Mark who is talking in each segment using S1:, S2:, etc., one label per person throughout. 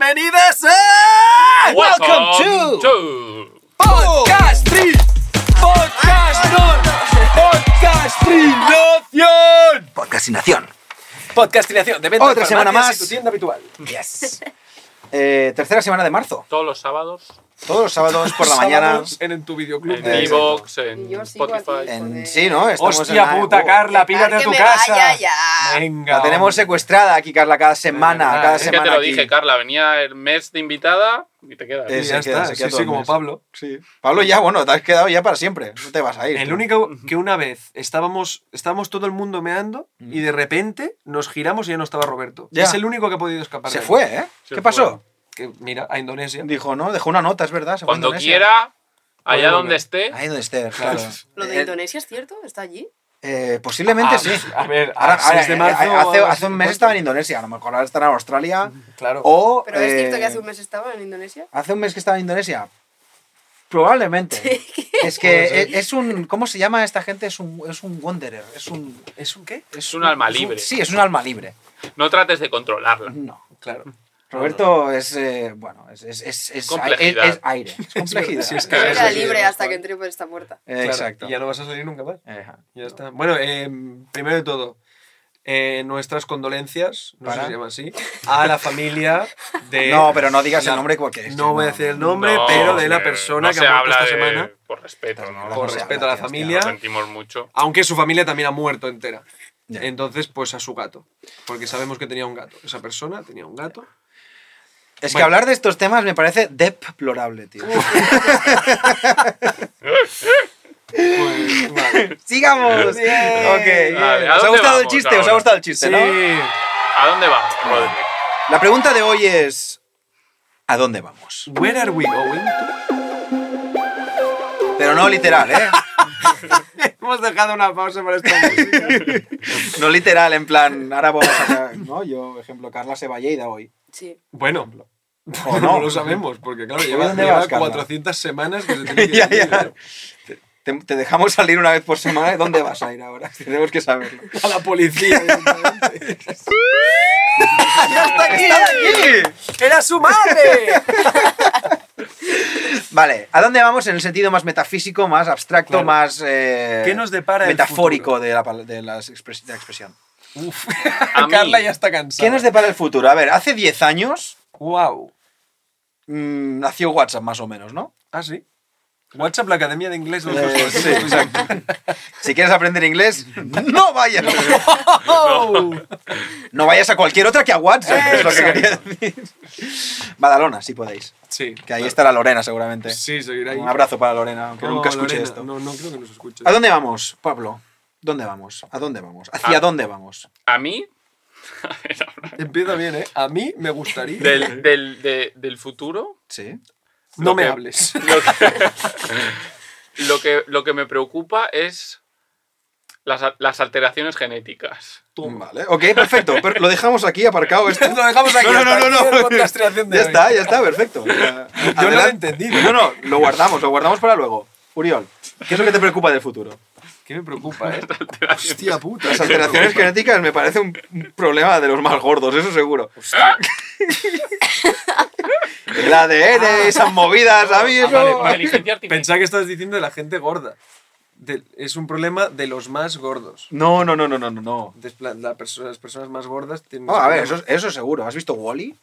S1: Bienvenidas a
S2: Welcome to-
S3: to-
S1: Podcast Tri, Podcast Non, Podcast Trinación,
S2: Podcastinación.
S1: Podcastinación de venta
S2: Otra
S1: en
S2: semana
S1: farmacias
S2: más.
S1: y tu tienda habitual.
S2: Yes. Eh, tercera semana de marzo.
S3: Todos los sábados
S2: Todos los sábados por la mañana.
S1: Sábados en, en tu videoclub.
S3: en
S2: Eh,
S3: Evox, en
S4: Yo sigo
S3: Spotify.
S4: aquí.
S2: En, sí, ¿no? Estamos en
S1: Hostia
S2: la-
S1: puta,
S2: Oh,
S1: Carla, pídate
S4: Dejar
S1: a
S4: que
S1: tu
S4: me
S1: casa.
S4: vaya ya.
S1: Venga.
S2: La tenemos secuestrada aquí, Carla, cada semana.
S1: verdad,
S2: cada
S1: es
S3: Es que
S2: semana
S3: te lo
S2: aquí.
S3: dije, Carla, venía el mes de invitada y te quedas.
S1: Y
S2: Es-
S1: ya
S2: se queda,
S1: está,
S2: se
S1: sí,
S2: queda todo
S1: sí,
S2: el
S1: como
S2: mes.
S1: Pablo.
S2: Sí. Pablo, ya, bueno, te has quedado ya para siempre. No te vas a ir.
S1: El
S2: tú.
S1: único que una vez estábamos, estábamos todo el mundo meando y de repente nos giramos y ya no estaba Roberto.
S2: Ya.
S1: Es el único que ha podido escapar.
S2: Se
S1: de ahí.
S2: fue, ¿eh?
S3: Se
S2: ¿Qué pasó?
S1: Que, mira, a Indonesia.
S2: Dijo, no, dejó una nota, es verdad. se fue a
S3: Cuando
S2: Indonesia.
S3: quiera, allá
S1: Bueno,
S3: donde esté,
S2: Ahí donde esté, claro.
S4: ¿Lo de
S2: Eh,
S4: Indonesia es cierto? ¿Está allí?
S2: eh, posiblemente
S1: Ah,
S2: sí.
S1: A ver,
S2: Ahora,
S1: ahora,
S2: ahora,
S1: 6 de marzo.
S2: eh, hace,
S1: algo así,
S2: hace un mes
S1: supuesto.
S2: estaba en Indonesia, a lo mejor ahora estará en Australia.
S1: Claro.
S2: O,
S4: ¿Pero es cierto
S2: eh,
S4: que hace un mes estaba en Indonesia?
S2: ¿Hace un mes que estaba en Indonesia? Probablemente. Es que
S1: Puede
S2: e- es un. ¿Cómo se llama esta gente? Es un, es un wanderer. Es un.
S1: ¿Es un qué?
S3: Es un alma libre.
S2: sí, es un alma libre.
S3: no trates de controlarla.
S2: No.
S1: Claro.
S2: Roberto es. eh, bueno, es, es, es, es-
S3: Complejidad.
S2: es- es aire. Es complejidad.
S1: Sí, es que
S4: Yo
S1: claro,
S4: era
S1: sí,
S4: libre
S1: sí,
S4: hasta
S1: sí.
S4: que entré por esta puerta.
S2: Eh,
S1: Claro,
S2: Exacto.
S1: y ya no vas a salir nunca más.
S2: Ajá.
S1: Ya está. Bueno, eh, primero de todo, eh, nuestras condolencias, no sé
S2: Para.
S1: si se llama así, a la familia de.
S2: No, pero no digas
S1: la-
S2: el nombre porque.
S1: No voy a decir el nombre,
S3: No,
S1: pero de la
S3: eh,
S1: persona
S3: no
S1: que
S3: se
S1: ha muerto
S3: habla
S1: esta
S3: de-
S1: semana.
S3: Por respeto, ¿no?
S1: Por
S2: se
S1: respeto
S2: habla,
S1: a la
S2: tío, hostia.
S1: familia.
S3: Lo sentimos mucho.
S1: Aunque su familia también ha muerto entera.
S2: Ya.
S1: Entonces, pues a su gato. Porque sabemos que tenía un gato. Esa persona tenía un gato.
S2: Es que
S1: Bueno.
S2: hablar de estos temas me parece deplorable, tío.
S1: Pues, vale.
S2: ¡Sigamos!
S1: Bien.
S2: Ok, bien.
S3: Vale, ¿a
S2: ¿Os ha
S3: dónde
S2: gustado el
S3: vamos
S2: chiste? ¿Os ha
S3: ahora?
S2: gustado el chiste,
S1: Sí.
S2: no?
S3: ¿A dónde vamos, Rodri?
S2: La pregunta de hoy es. ¿A dónde vamos?
S1: Where are we going to?
S2: Pero no literal, ¿eh?
S1: Hemos dejado una pausa para esta música.
S2: No literal, en plan, ahora vamos a... No, yo, ejemplo, Carla se va a Lleida hoy.
S4: Sí.
S1: Bueno,
S2: O
S1: no
S2: no.
S1: lo sabemos, porque claro,
S2: ¿Por
S1: lleva,
S2: dónde
S1: lleva
S2: vas, Carla?
S1: 400 semanas que se tiene que
S2: Ya,
S1: ir,
S2: ya.
S1: ¿no?
S2: Te, te dejamos salir una vez por semana. ¿Dónde vas a ir ahora? Tenemos que saberlo.
S1: A la policía. evidentemente.
S2: ¡Ya está aquí!
S1: ¡Era su madre!
S2: Vale, ¿a dónde vamos en el sentido más metafísico, más abstracto,
S1: Claro.
S2: más... eh,
S1: ¿Qué nos depara el
S2: Metafórico
S1: futuro?
S2: de la, pal- de las expres- de la expresión.
S1: Uf.
S3: A mí.
S1: Carla ya está cansada.
S2: ¿Qué nos depara el futuro? A ver, hace 10 años
S1: Wow.
S2: mm, nació WhatsApp más o menos, ¿no?
S1: Ah, sí. WhatsApp, la Academia de Inglés. de
S2: Eh,
S1: los-
S2: sí, exacto. Si quieres aprender inglés, no vayas.
S1: Oh.
S2: No vayas a cualquier otra que a WhatsApp, es lo que
S1: Exacto.
S2: quería decir. Badalona, si podéis.
S1: Sí.
S2: Que ahí estará Lorena, seguramente.
S1: Sí, seguirá ahí.
S2: Un abrazo para Lorena, aunque
S1: No,
S2: nunca escuche
S1: Lorena,
S2: esto.
S1: No, no creo que nos escuche.
S2: ¿A dónde vamos, Pablo? ¿Dónde vamos? ¿A dónde vamos? ¿Hacia
S3: Ah.
S2: dónde vamos?
S3: A mí, a ver, ahora,
S1: Empieza bien, ¿eh? A mí me gustaría.
S3: del, del, de- del futuro,
S2: Sí.
S1: No
S3: lo
S1: me
S3: que-
S1: hables.
S3: lo que, lo que, lo que me preocupa es las, a- las alteraciones genéticas.
S2: Vale, ok, perfecto. Pero lo dejamos aquí aparcado esto.
S1: Lo dejamos aquí.
S2: No, no, no, no,
S1: hasta aquí el
S2: no.
S1: podcast creación de
S2: Ya
S1: hoy.
S2: está, ya está, perfecto. Yo
S1: Yo no lo he entendido.
S2: No, no, lo guardamos, lo guardamos para luego. Uriol, ¿qué es lo que te preocupa del futuro?
S1: ¿Qué me preocupa, eh? Hostia puta.
S2: Las alteraciones genéticas me parece un un problema de los más gordos, eso seguro. El ADN, esas movidas, a mí
S3: Ah,
S2: eso.
S3: vale, por inteligencia artificial.
S1: Pensaba que estabas diciendo de la gente gorda. De- es un problema de los más gordos.
S2: No, no, no, no, no, no, no.
S1: Despla- la perso- las personas más gordas tienen.
S2: No,
S1: ese
S2: Oh, Ah, a ver,
S1: problema.
S2: eso, eso seguro. ¿Has visto Wally?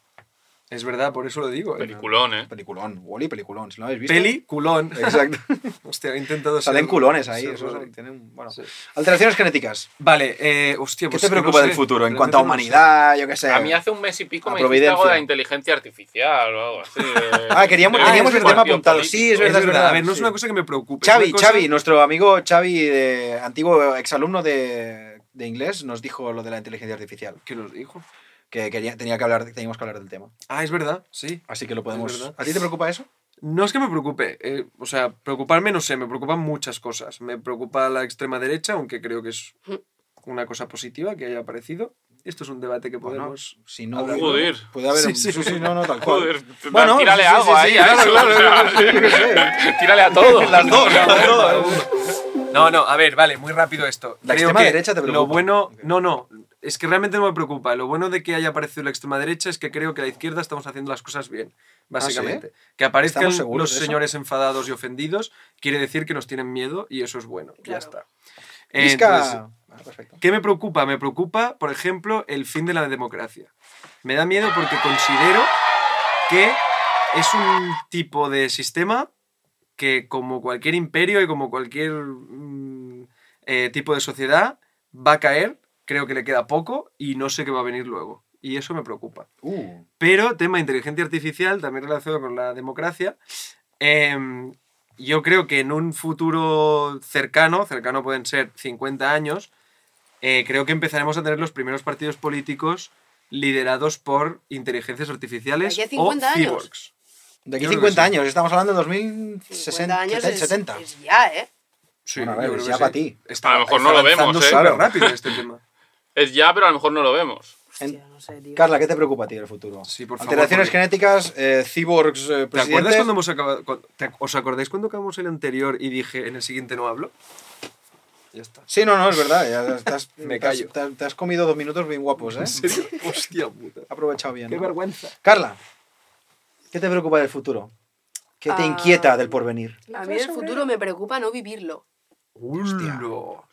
S1: Es verdad, por eso lo digo. eh.
S3: Peliculón, ¿eh?
S2: Peliculón, Wally, peliculón, si no lo habéis visto.
S1: Peli, culón.
S2: Exacto.
S1: Hostia, he intentado
S2: Salen
S1: ser-
S2: culones ahí.
S1: ser
S2: eso
S1: Rodri.
S2: tienen- bueno.
S1: Sí.
S2: Alteraciones genéticas.
S1: Vale, eh, hostia,
S2: ¿Qué
S1: pues
S2: te
S1: es que no
S2: preocupa
S1: sé.
S2: del futuro en
S1: Realmente
S2: cuanto a
S1: no lo sé.
S2: humanidad? Yo qué sé.
S3: A mí hace un mes y pico
S2: La
S3: me dijiste algo de la
S2: Eh, providencia.
S3: inteligencia artificial o algo así. de-
S2: Ah, queríamos-
S3: de
S1: teníamos
S3: un
S1: el tema
S3: partido
S2: apuntado,
S3: político.
S2: sí, es
S1: Es verdad,
S2: verdad,
S1: A ver, no es
S2: sí.
S1: una cosa que me preocupe. es
S2: Xavi,
S1: una cosa-
S2: Xavi, nuestro amigo Xavi, de, antiguo exalumno de, de inglés, nos dijo lo de la inteligencia artificial,
S1: ¿Qué nos dijo?
S2: que quería, tenía que hablar, teníamos que hablar del tema.
S1: Ah, es verdad, sí.
S2: Así que lo
S1: Es
S2: podemos...
S1: verdad.
S2: ¿A ti te preocupa eso?
S1: No es que me preocupe, eh, o sea, preocuparme no sé, me preocupan muchas cosas. Me preocupa la extrema derecha, aunque creo que es una cosa positiva que haya aparecido. Esto es un debate que
S2: Bueno,
S1: podemos...
S2: Si no,
S1: Hablar.
S3: Joder.
S2: puede haber...
S1: Sí,
S2: un-
S1: sí.
S2: sí, sí, no, no, tal cual.
S3: Joder,
S2: Bueno,
S3: tírale
S2: sí, sí,
S3: algo
S2: sí,
S3: ahí.
S2: sí,
S3: a
S2: claro,
S3: eso,
S2: claro,
S3: o sea,
S2: sí, yo qué sé.
S3: Tírale a todo.
S2: Las dos, las dos.
S1: No, no, a ver, vale, muy rápido esto.
S2: La
S1: Creo
S2: extrema
S1: que
S2: derecha te
S1: Lo
S2: preocupa.
S1: bueno,
S2: Ok.
S1: no, no, es que realmente no me preocupa. Lo bueno de que haya aparecido la extrema derecha es que creo que la izquierda estamos haciendo las cosas bien, básicamente. Que aparezcan
S2: ¿Estamos seguros
S1: los
S2: de eso?
S1: señores enfadados y ofendidos quiere decir que nos tienen miedo y eso es bueno. Ya
S4: Claro.
S1: está. Eh, entonces,
S2: Visca. Ah, perfecto.
S1: ¿Qué me preocupa? Me preocupa, por ejemplo, el fin de la democracia. Me da miedo porque considero que es un tipo de sistema que, como cualquier imperio y como cualquier mm, eh, tipo de sociedad, va a caer. Creo que le queda poco y no sé qué va a venir luego. Y eso me preocupa.
S2: Uh,
S1: Pero tema inteligencia artificial, también relacionado con la democracia. em, yo creo que en un futuro cercano, cercano pueden ser 50 años, eh, creo que empezaremos a tener los primeros partidos políticos liderados por inteligencias artificiales
S4: Aquí a
S1: o
S4: 50 años.
S1: cyborgs.
S2: de aquí
S1: Yo creo que
S2: 50
S1: sí.
S2: años, estamos hablando de
S4: 50
S2: 2060,
S4: años es,
S2: 70.
S4: es ya, ¿eh?
S1: Sí,
S2: Bueno, a ver,
S1: yo creo
S2: ya
S1: que
S2: pa'
S1: sí.
S2: ti.
S1: Está
S3: A lo mejor no lo
S1: avanzando
S3: vemos, ¿eh?
S1: súper
S2: Claro.
S1: rápido este tema.
S3: Es ya, pero a lo mejor no lo vemos.
S4: Hostia, no sé, tío.
S2: Carla, ¿qué te preocupa a ti del futuro?
S1: Sí, por favor,
S2: Alteraciones
S1: porque-
S2: genéticas, eh, cyborgs, eh,
S1: ¿Te acuerdas
S2: presidentes.
S1: cuando hemos acabado? cu- te- ¿Os acordáis cuando acabamos el anterior y dije en el siguiente no hablo? Ya está.
S2: Sí, no, no, es verdad. ya estás-
S1: Me
S2: te has-
S1: callo.
S2: Te, has, te has comido dos minutos bien guapos, ¿eh?
S1: ¿En serio? Hostia puta.
S2: Aprovechado bien.
S1: Qué
S2: ¿no?
S1: vergüenza.
S2: Carla, ¿qué te preocupa del futuro? ¿Qué te
S4: Ah.
S2: inquieta del porvenir?
S4: A mí el futuro me preocupa no vivirlo.
S2: Hostia.
S1: Ulo.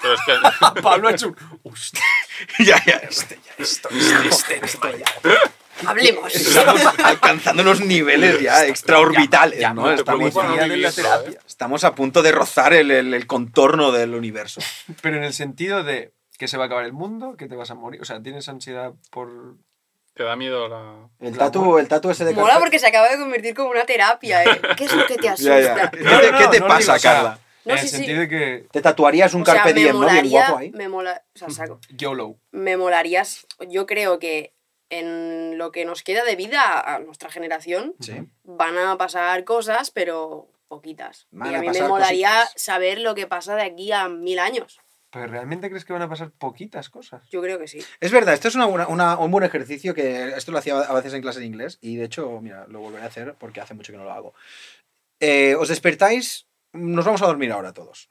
S3: Pero es que
S1: Pablo ha hecho un. Hostia.
S2: ya, ya, este, ya.
S4: Hablemos.
S2: Estamos alcanzando unos niveles ya extraorbitales,
S1: ya,
S2: ¿no?
S1: no te
S2: estamos,
S3: preocupes, no
S1: Guardián en la
S3: vivirlo,
S1: terapia.
S2: ¿eh? estamos a punto de rozar el, el- el contorno del universo.
S1: Pero en el sentido de que se va a acabar el mundo, que te vas a morir. O sea, tienes ansiedad por.
S3: te da miedo la.
S2: El
S1: La
S2: tatu,
S1: muerte.
S2: el tatu ese de
S4: Mola
S2: Carla-
S4: porque se acaba de convertir como una terapia, ¿eh? ¿Qué es lo que te asusta?
S2: Ya, ya. ¿Qué te,
S1: No, no,
S2: qué
S1: no,
S2: te
S1: no
S2: pasa,
S1: digo, o sea,
S2: Carla?
S4: No,
S1: en el
S4: sí, sí.
S1: sentido de que.
S2: ¿Te tatuarías un
S4: O sea,
S2: carpe
S4: me
S2: diem, no? Bien
S4: molaría,
S2: guapo ahí.
S4: me mola, o sea, saco.
S1: YOLO.
S4: Me molaría, yo creo que en lo que nos queda de vida a nuestra generación
S2: Sí.
S4: van a pasar cosas, pero poquitas.
S2: Van
S4: y
S2: a
S4: a mí me
S2: pasar
S4: molaría
S2: cositas.
S4: saber lo que pasa de aquí a mil años.
S1: Pero realmente crees que van a pasar poquitas cosas.
S4: Yo creo que sí.
S2: Es verdad, esto es una buena- una- un buen ejercicio que esto lo hacía a veces en clase de inglés y de hecho, mira, lo volveré a hacer porque hace mucho que no lo hago. Eh, os despertáis, nos vamos a dormir ahora todos.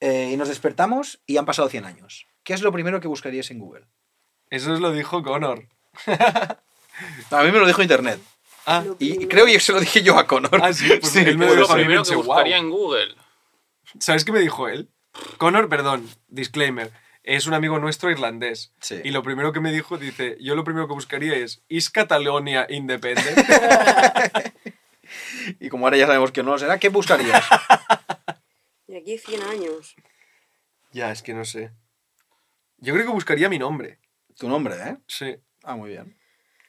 S2: Eh, y nos despertamos y han pasado 100 años. ¿Qué es lo primero que buscaríais en Google?
S1: Eso os lo dijo Connor.
S2: A mí me lo dijo Internet.
S1: Ah,
S4: Lo
S2: Y, y
S4: primero-
S2: creo que se lo dije yo a Connor.
S1: Ah, sí, pues él me
S3: Pues
S1: lo
S3: lo
S1: dijo a mí
S3: primero
S1: pensé,
S3: que buscaría
S1: "Guau".
S3: en Google.
S1: ¿Sabes qué me dijo él? Connor, perdón, disclaimer. Es un amigo nuestro irlandés.
S2: Sí.
S1: Y lo primero que me dijo, dice, yo lo primero que buscaría es, ¿Is Catalonia independent?
S2: Y como ahora ya sabemos que no lo será, ¿qué buscarías?
S4: De aquí a 100 años.
S1: ya, es que no sé. Yo creo que buscaría mi nombre.
S2: tu nombre, ¿eh?
S1: Sí.
S2: Ah, muy bien.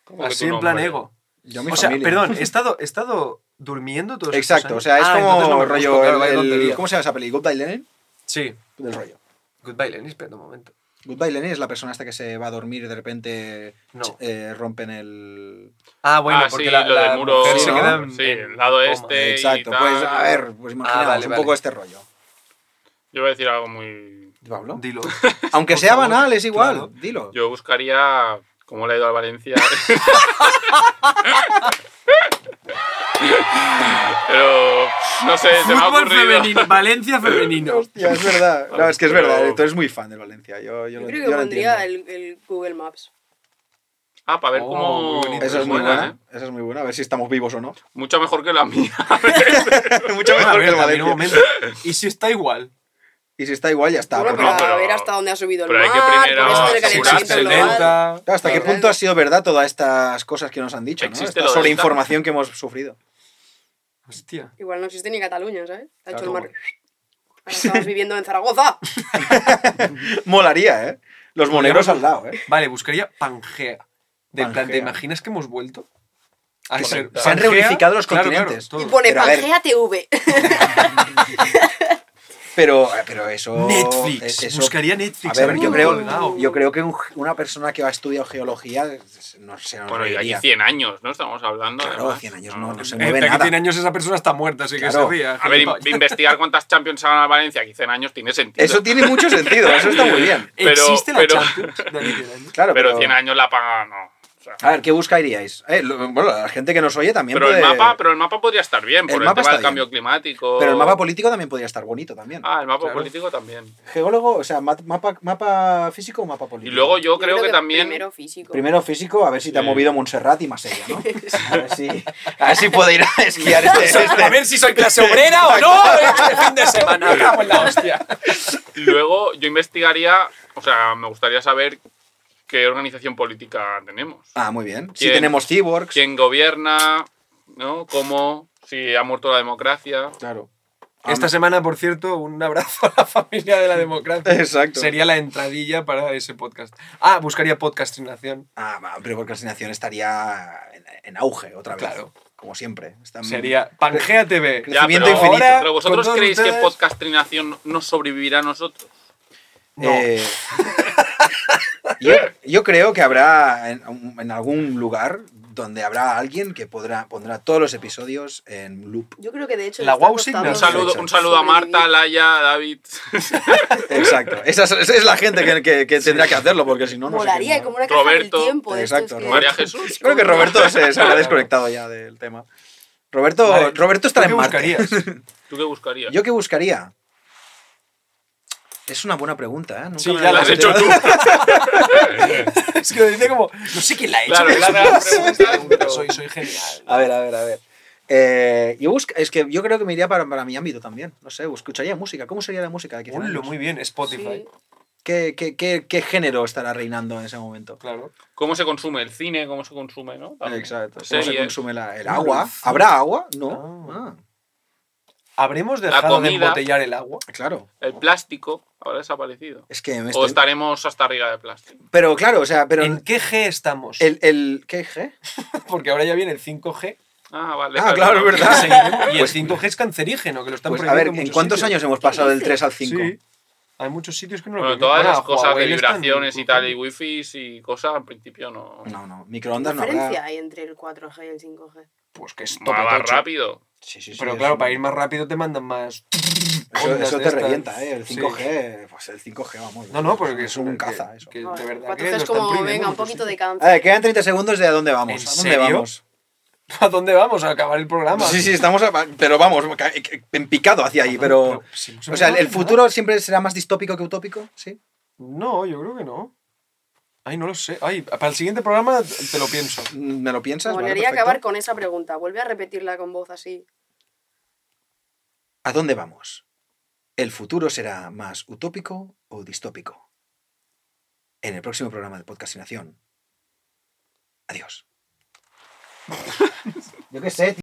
S3: ¿Cómo que
S1: Así
S3: tu
S1: en plan
S3: nombre?
S1: ego.
S2: Yo mi
S1: o sea,
S2: familia.
S1: perdón, he estado, he estado durmiendo todos estos
S2: Exacto, o
S1: años?
S2: sea, es
S1: Ah,
S2: como
S1: entonces no me gusta,
S2: rollo.
S1: claro,
S2: el-
S1: vaya
S2: el-
S1: tontería.
S2: ¿Cómo se llama esa peli? Goodbye Lenin.
S1: Sí.
S2: Del rollo.
S1: Goodbye, Lenny, espera un momento.
S2: Goodbye Lenny es la persona hasta que se va a dormir y de repente
S1: No.
S2: ch- eh, rompen el...
S1: Ah, bueno,
S3: ah,
S1: porque
S3: sí,
S1: la,
S3: lo
S1: la
S3: del muro.
S1: mujer se
S2: ¿no?
S1: queda en-
S3: sí,
S1: en
S3: el lado
S1: coma.
S3: este. y
S2: Exacto,
S3: tal.
S2: pues a ver, pues imaginaos
S1: Ah, vale,
S2: un
S1: vale.
S2: poco este rollo.
S3: Yo voy a decir algo muy.
S2: Pablo.
S1: Dilo.
S2: Aunque
S1: por
S2: sea
S1: favor,
S2: banal, es igual,
S1: claro.
S2: dilo.
S3: Yo buscaría. ¿Cómo le ha ido al Valencia? Pero. No sé, se me ha
S1: Fútbol
S3: ocurrido.
S1: femenino, Valencia femenino.
S2: Hostia, es verdad. No, es que es
S3: Pero-
S2: verdad, tú eres muy fan del Valencia, yo, yo
S4: Yo
S2: lo,
S4: creo
S2: yo
S4: que
S2: lo
S4: pondría
S2: entiendo.
S4: el, el Google Maps.
S3: Ah, para ver
S1: Oh,
S3: cómo.
S1: muy bonito.
S2: Esa es muy
S1: Buena,
S2: buena, ¿eh? esa es muy buena, a ver si estamos vivos o no.
S3: ¿eh? Mucho mejor que la mía.
S2: Mucho
S1: A
S2: mejor que
S1: ver,
S2: el
S1: también un momento.
S2: Valencia.
S1: ¿Y si está igual?
S2: Y si está igual, ya está.
S4: bueno,
S2: pero
S4: pero,
S3: no, pero-
S4: a ver hasta dónde ha subido el
S3: pero hay que
S4: mar,
S3: primero
S4: por esto del
S3: asegurarse
S4: calentamiento
S1: el
S4: global.
S1: delta.
S2: Claro, ¿Hasta qué
S4: Claro.
S2: punto ha sido verdad todas estas cosas que nos han dicho? ¿no?
S3: Existe
S2: Esta
S3: lo de
S2: sobreinformación que hemos sufrido.
S1: Hostia.
S4: Igual no existe ni Cataluña, ¿sabes? Ha hecho
S2: Claro,
S4: el mar.
S2: bueno.
S4: Ahora estamos viviendo en Zaragoza.
S2: Molaría, ¿eh? Los moneros al lado, ¿eh?
S1: Vale, buscaría Pangea. De plan, ¿te
S2: Pangea.
S1: imaginas que hemos vuelto? A
S2: Que se-
S1: ser-
S2: se han
S1: Pangea,
S2: reunificado los
S1: claro,
S2: continentes.
S1: claro,
S4: Y
S1: todo.
S4: pone
S2: Pero a ver.
S4: Pangea TV.
S2: Pero, eh, pero eso.
S1: Netflix.
S2: eh, eso-
S1: Buscaría Netflix.
S2: A ver,
S1: ver
S2: yo
S1: qué
S2: creo-
S1: colgado.
S2: Yo creo que un ge- una persona que ha estudiado geología no se nos
S3: Bueno, y de aquí
S2: reiría.
S3: 100 años, ¿no? Estamos hablando.
S2: Claro,
S3: además.
S2: 100 años, no, no sé.
S1: Eh,
S2: no ve
S1: de aquí
S2: nada.
S1: 100 años esa persona está muerta, así que
S2: Claro.
S1: se ría.
S3: A ver, in-
S1: gilipollas.
S3: investigar cuántas Champions se van al Valencia aquí 100 años tiene sentido.
S2: Eso tiene mucho sentido, eso está muy bien.
S3: pero-
S1: ¿Existe la
S3: pero-
S1: Champions de aquí 100 años?
S2: Claro,
S3: pero, 100 años la paga no. O
S2: A ver, ¿qué buscaríais? Eh, lo- bueno, la gente que nos oye también
S3: Pero el,
S2: puede-
S3: mapa, pero el mapa podría estar bien por
S2: pues, El
S3: el,
S2: mapa
S3: tema
S2: está
S3: del cambio
S2: bien.
S3: climático.
S2: Pero el mapa político también podría estar bonito también.
S3: Ah, el mapa
S1: Claro.
S3: político también.
S2: Geólogo, o sea, ma- mapa, mapa físico o mapa
S3: Y
S2: político.
S3: luego yo, creo, que, también.
S4: Primero físico.
S2: Primero físico, a ver si te ha
S3: Sí.
S2: movido Montserrat y más ella, ¿no? A ver si, a ver si puedo ir a esquiar este, este-
S5: A ver si soy clase obrera o no este fin de semana. Me cago en la hostia.
S3: Luego yo investigaría, o sea, me gustaría saber qué organización política tenemos.
S2: Ah, muy bien. Si
S3: ¿Quién?
S2: tenemos cyborgs.
S3: ¿Quién gobierna? ¿No? ¿Cómo? Si ha muerto la democracia.
S2: Claro.
S1: Esta semana, por cierto, un abrazo a la familia de la democracia.
S2: Exacto.
S1: Sería la entradilla para ese podcast. Ah, buscaría podcastinación.
S2: Ah, va, pero procrastinación estaría en, en auge otra vez.
S1: Claro.
S2: Como siempre. Está-
S1: Sería Pangea TV.
S2: Ya, Crecimiento
S3: pero,
S2: infinito.
S1: Ahora,
S3: pero
S1: con
S3: vosotros
S1: todos
S3: creéis que
S1: ustedes-
S3: podcastrinación no sobrevivirá a nosotros.
S1: No.
S2: Eh, yo, yo creo que habrá en, en algún lugar donde habrá alguien que podrá, pondrá todos los episodios en loop.
S4: Yo creo que de hecho.
S1: La
S4: le está
S1: guau signa.
S4: costando
S3: Un saludo, un saludo a
S4: sobrevivir.
S3: Marta, Laia, David.
S2: Exacto. Esa es, esa es la gente que, que- que tendrá que hacerlo, porque si no, no sé
S4: Molaría
S2: cómo-
S4: como una caja del
S3: Roberto.
S4: tiempo. de estos
S2: Exacto,
S4: que-
S2: Roberto.
S3: María Jesús.
S2: Creo que Roberto se, se habrá desconectado ya del tema. Roberto,
S1: Vale,
S2: Roberto
S1: ¿Tú
S2: estará
S1: qué
S2: en Marte.
S1: buscarías?
S3: ¿Tú qué buscarías?
S2: ¿Yo qué buscaría? Es una buena pregunta, ¿eh? Nunca
S1: Sí,
S2: me
S1: ya
S2: había
S1: la
S3: Lo has hecho
S2: planteado.
S3: tú.
S1: es que dice como, no sé quién la ha hecho.
S3: Claro,
S1: pero
S3: la
S1: es una
S3: gran
S1: buena
S3: pregunta,
S1: pregunta,
S3: pero-
S1: soy, soy genial.
S2: A ver, a ver, a ver. Eh, yo busca, es que yo creo que me iría para, para mi ámbito también. No sé, escucharía música. ¿Cómo sería la música? de aquí a cien
S1: Ulo,
S2: años?
S1: muy bien, Spotify.
S4: Sí.
S2: ¿Qué, qué, qué, qué género estará reinando en ese momento?
S1: Claro.
S3: ¿Cómo se consume el cine? ¿Cómo se consume, no? También.
S2: Exacto. ¿Cómo se
S3: Series.
S2: consume la- el agua? ¿Habrá agua? No.
S1: eh, Ah.
S2: Ah,
S1: ¿Habremos dejado de
S3: comida.
S1: embotellar el agua?
S2: claro.
S3: El plástico habrá desaparecido.
S2: Es que este me
S3: O
S2: estoy-
S3: estaremos hasta arriba de plástico.
S2: Pero claro, o sea, pero
S1: ¿En qué G estamos?
S2: el, el ¿qué G? Pues,
S1: Porque ahora ya viene el 5G.
S3: Ah, vale.
S2: Ah, claro,
S1: que
S2: es verdad.
S1: seguiremos. Y el 5G Pues es cancerígeno, que lo están
S2: Pues, a
S1: prohibiendo
S2: ver,
S1: en
S2: ¿en
S1: muchos
S2: cuántos
S1: sitios.
S2: años hemos pasado del 3 al 5?
S1: Sí. Hay muchos sitios que no lo
S3: Bueno,
S1: prohíben.
S3: todas
S1: Bueno,
S3: las cosas de
S1: Huawei está en-
S3: vibraciones y tal, y wifi y cosas, en principio no.
S2: No, no,
S4: ¿Qué
S2: microondas no
S4: diferencia ¿eh?
S2: habrá.
S4: hay entre el 4G y el 5G?
S1: Pues que es
S3: Va va
S1: topetocho.
S3: rápido.
S2: Sí, sí, sí,
S1: Pero
S2: es
S1: claro,
S2: un-
S1: para ir más rápido te mandan más.
S2: Eso,
S1: ondas
S2: eso
S1: de
S2: te
S1: estas.
S2: revienta, ¿eh? El
S1: Sí.
S2: 5G, pues el 5G, vamos.
S1: No, no, porque
S2: es un
S1: que-
S2: caza, eso.
S1: que de
S4: Vale,
S1: verdad
S4: 4G
S1: que lo
S4: es
S1: están
S4: como,
S1: prohibiendo
S4: venga, un
S1: muchos
S4: poquito de
S1: sitios.
S2: A
S4: cáncer.
S2: ver, quedan 30 segundos de a dónde vamos.
S1: ¿En
S2: ¿A dónde
S1: serio?
S2: vamos?
S1: ¿A dónde vamos? A acabar el programa.
S2: Sí, sí, estamos. a- pero vamos, ca- en picado hacia ahí, pero.
S1: pues, si no se
S2: O sea,
S1: me da
S2: ¿el
S1: nada.
S2: futuro siempre será más distópico que utópico? Sí.
S1: No, yo creo que no. Ay, no lo sé. Ay, para el siguiente programa te lo pienso.
S2: Mm, ¿Me lo piensas? Vale,
S4: Molaría
S2: perfecto.
S4: acabar con esa pregunta. Vuelve a repetirla con voz así.
S2: ¿A dónde vamos? ¿El futuro será más utópico o distópico? En el próximo programa de Podcastinación. Adiós. Yo qué sé,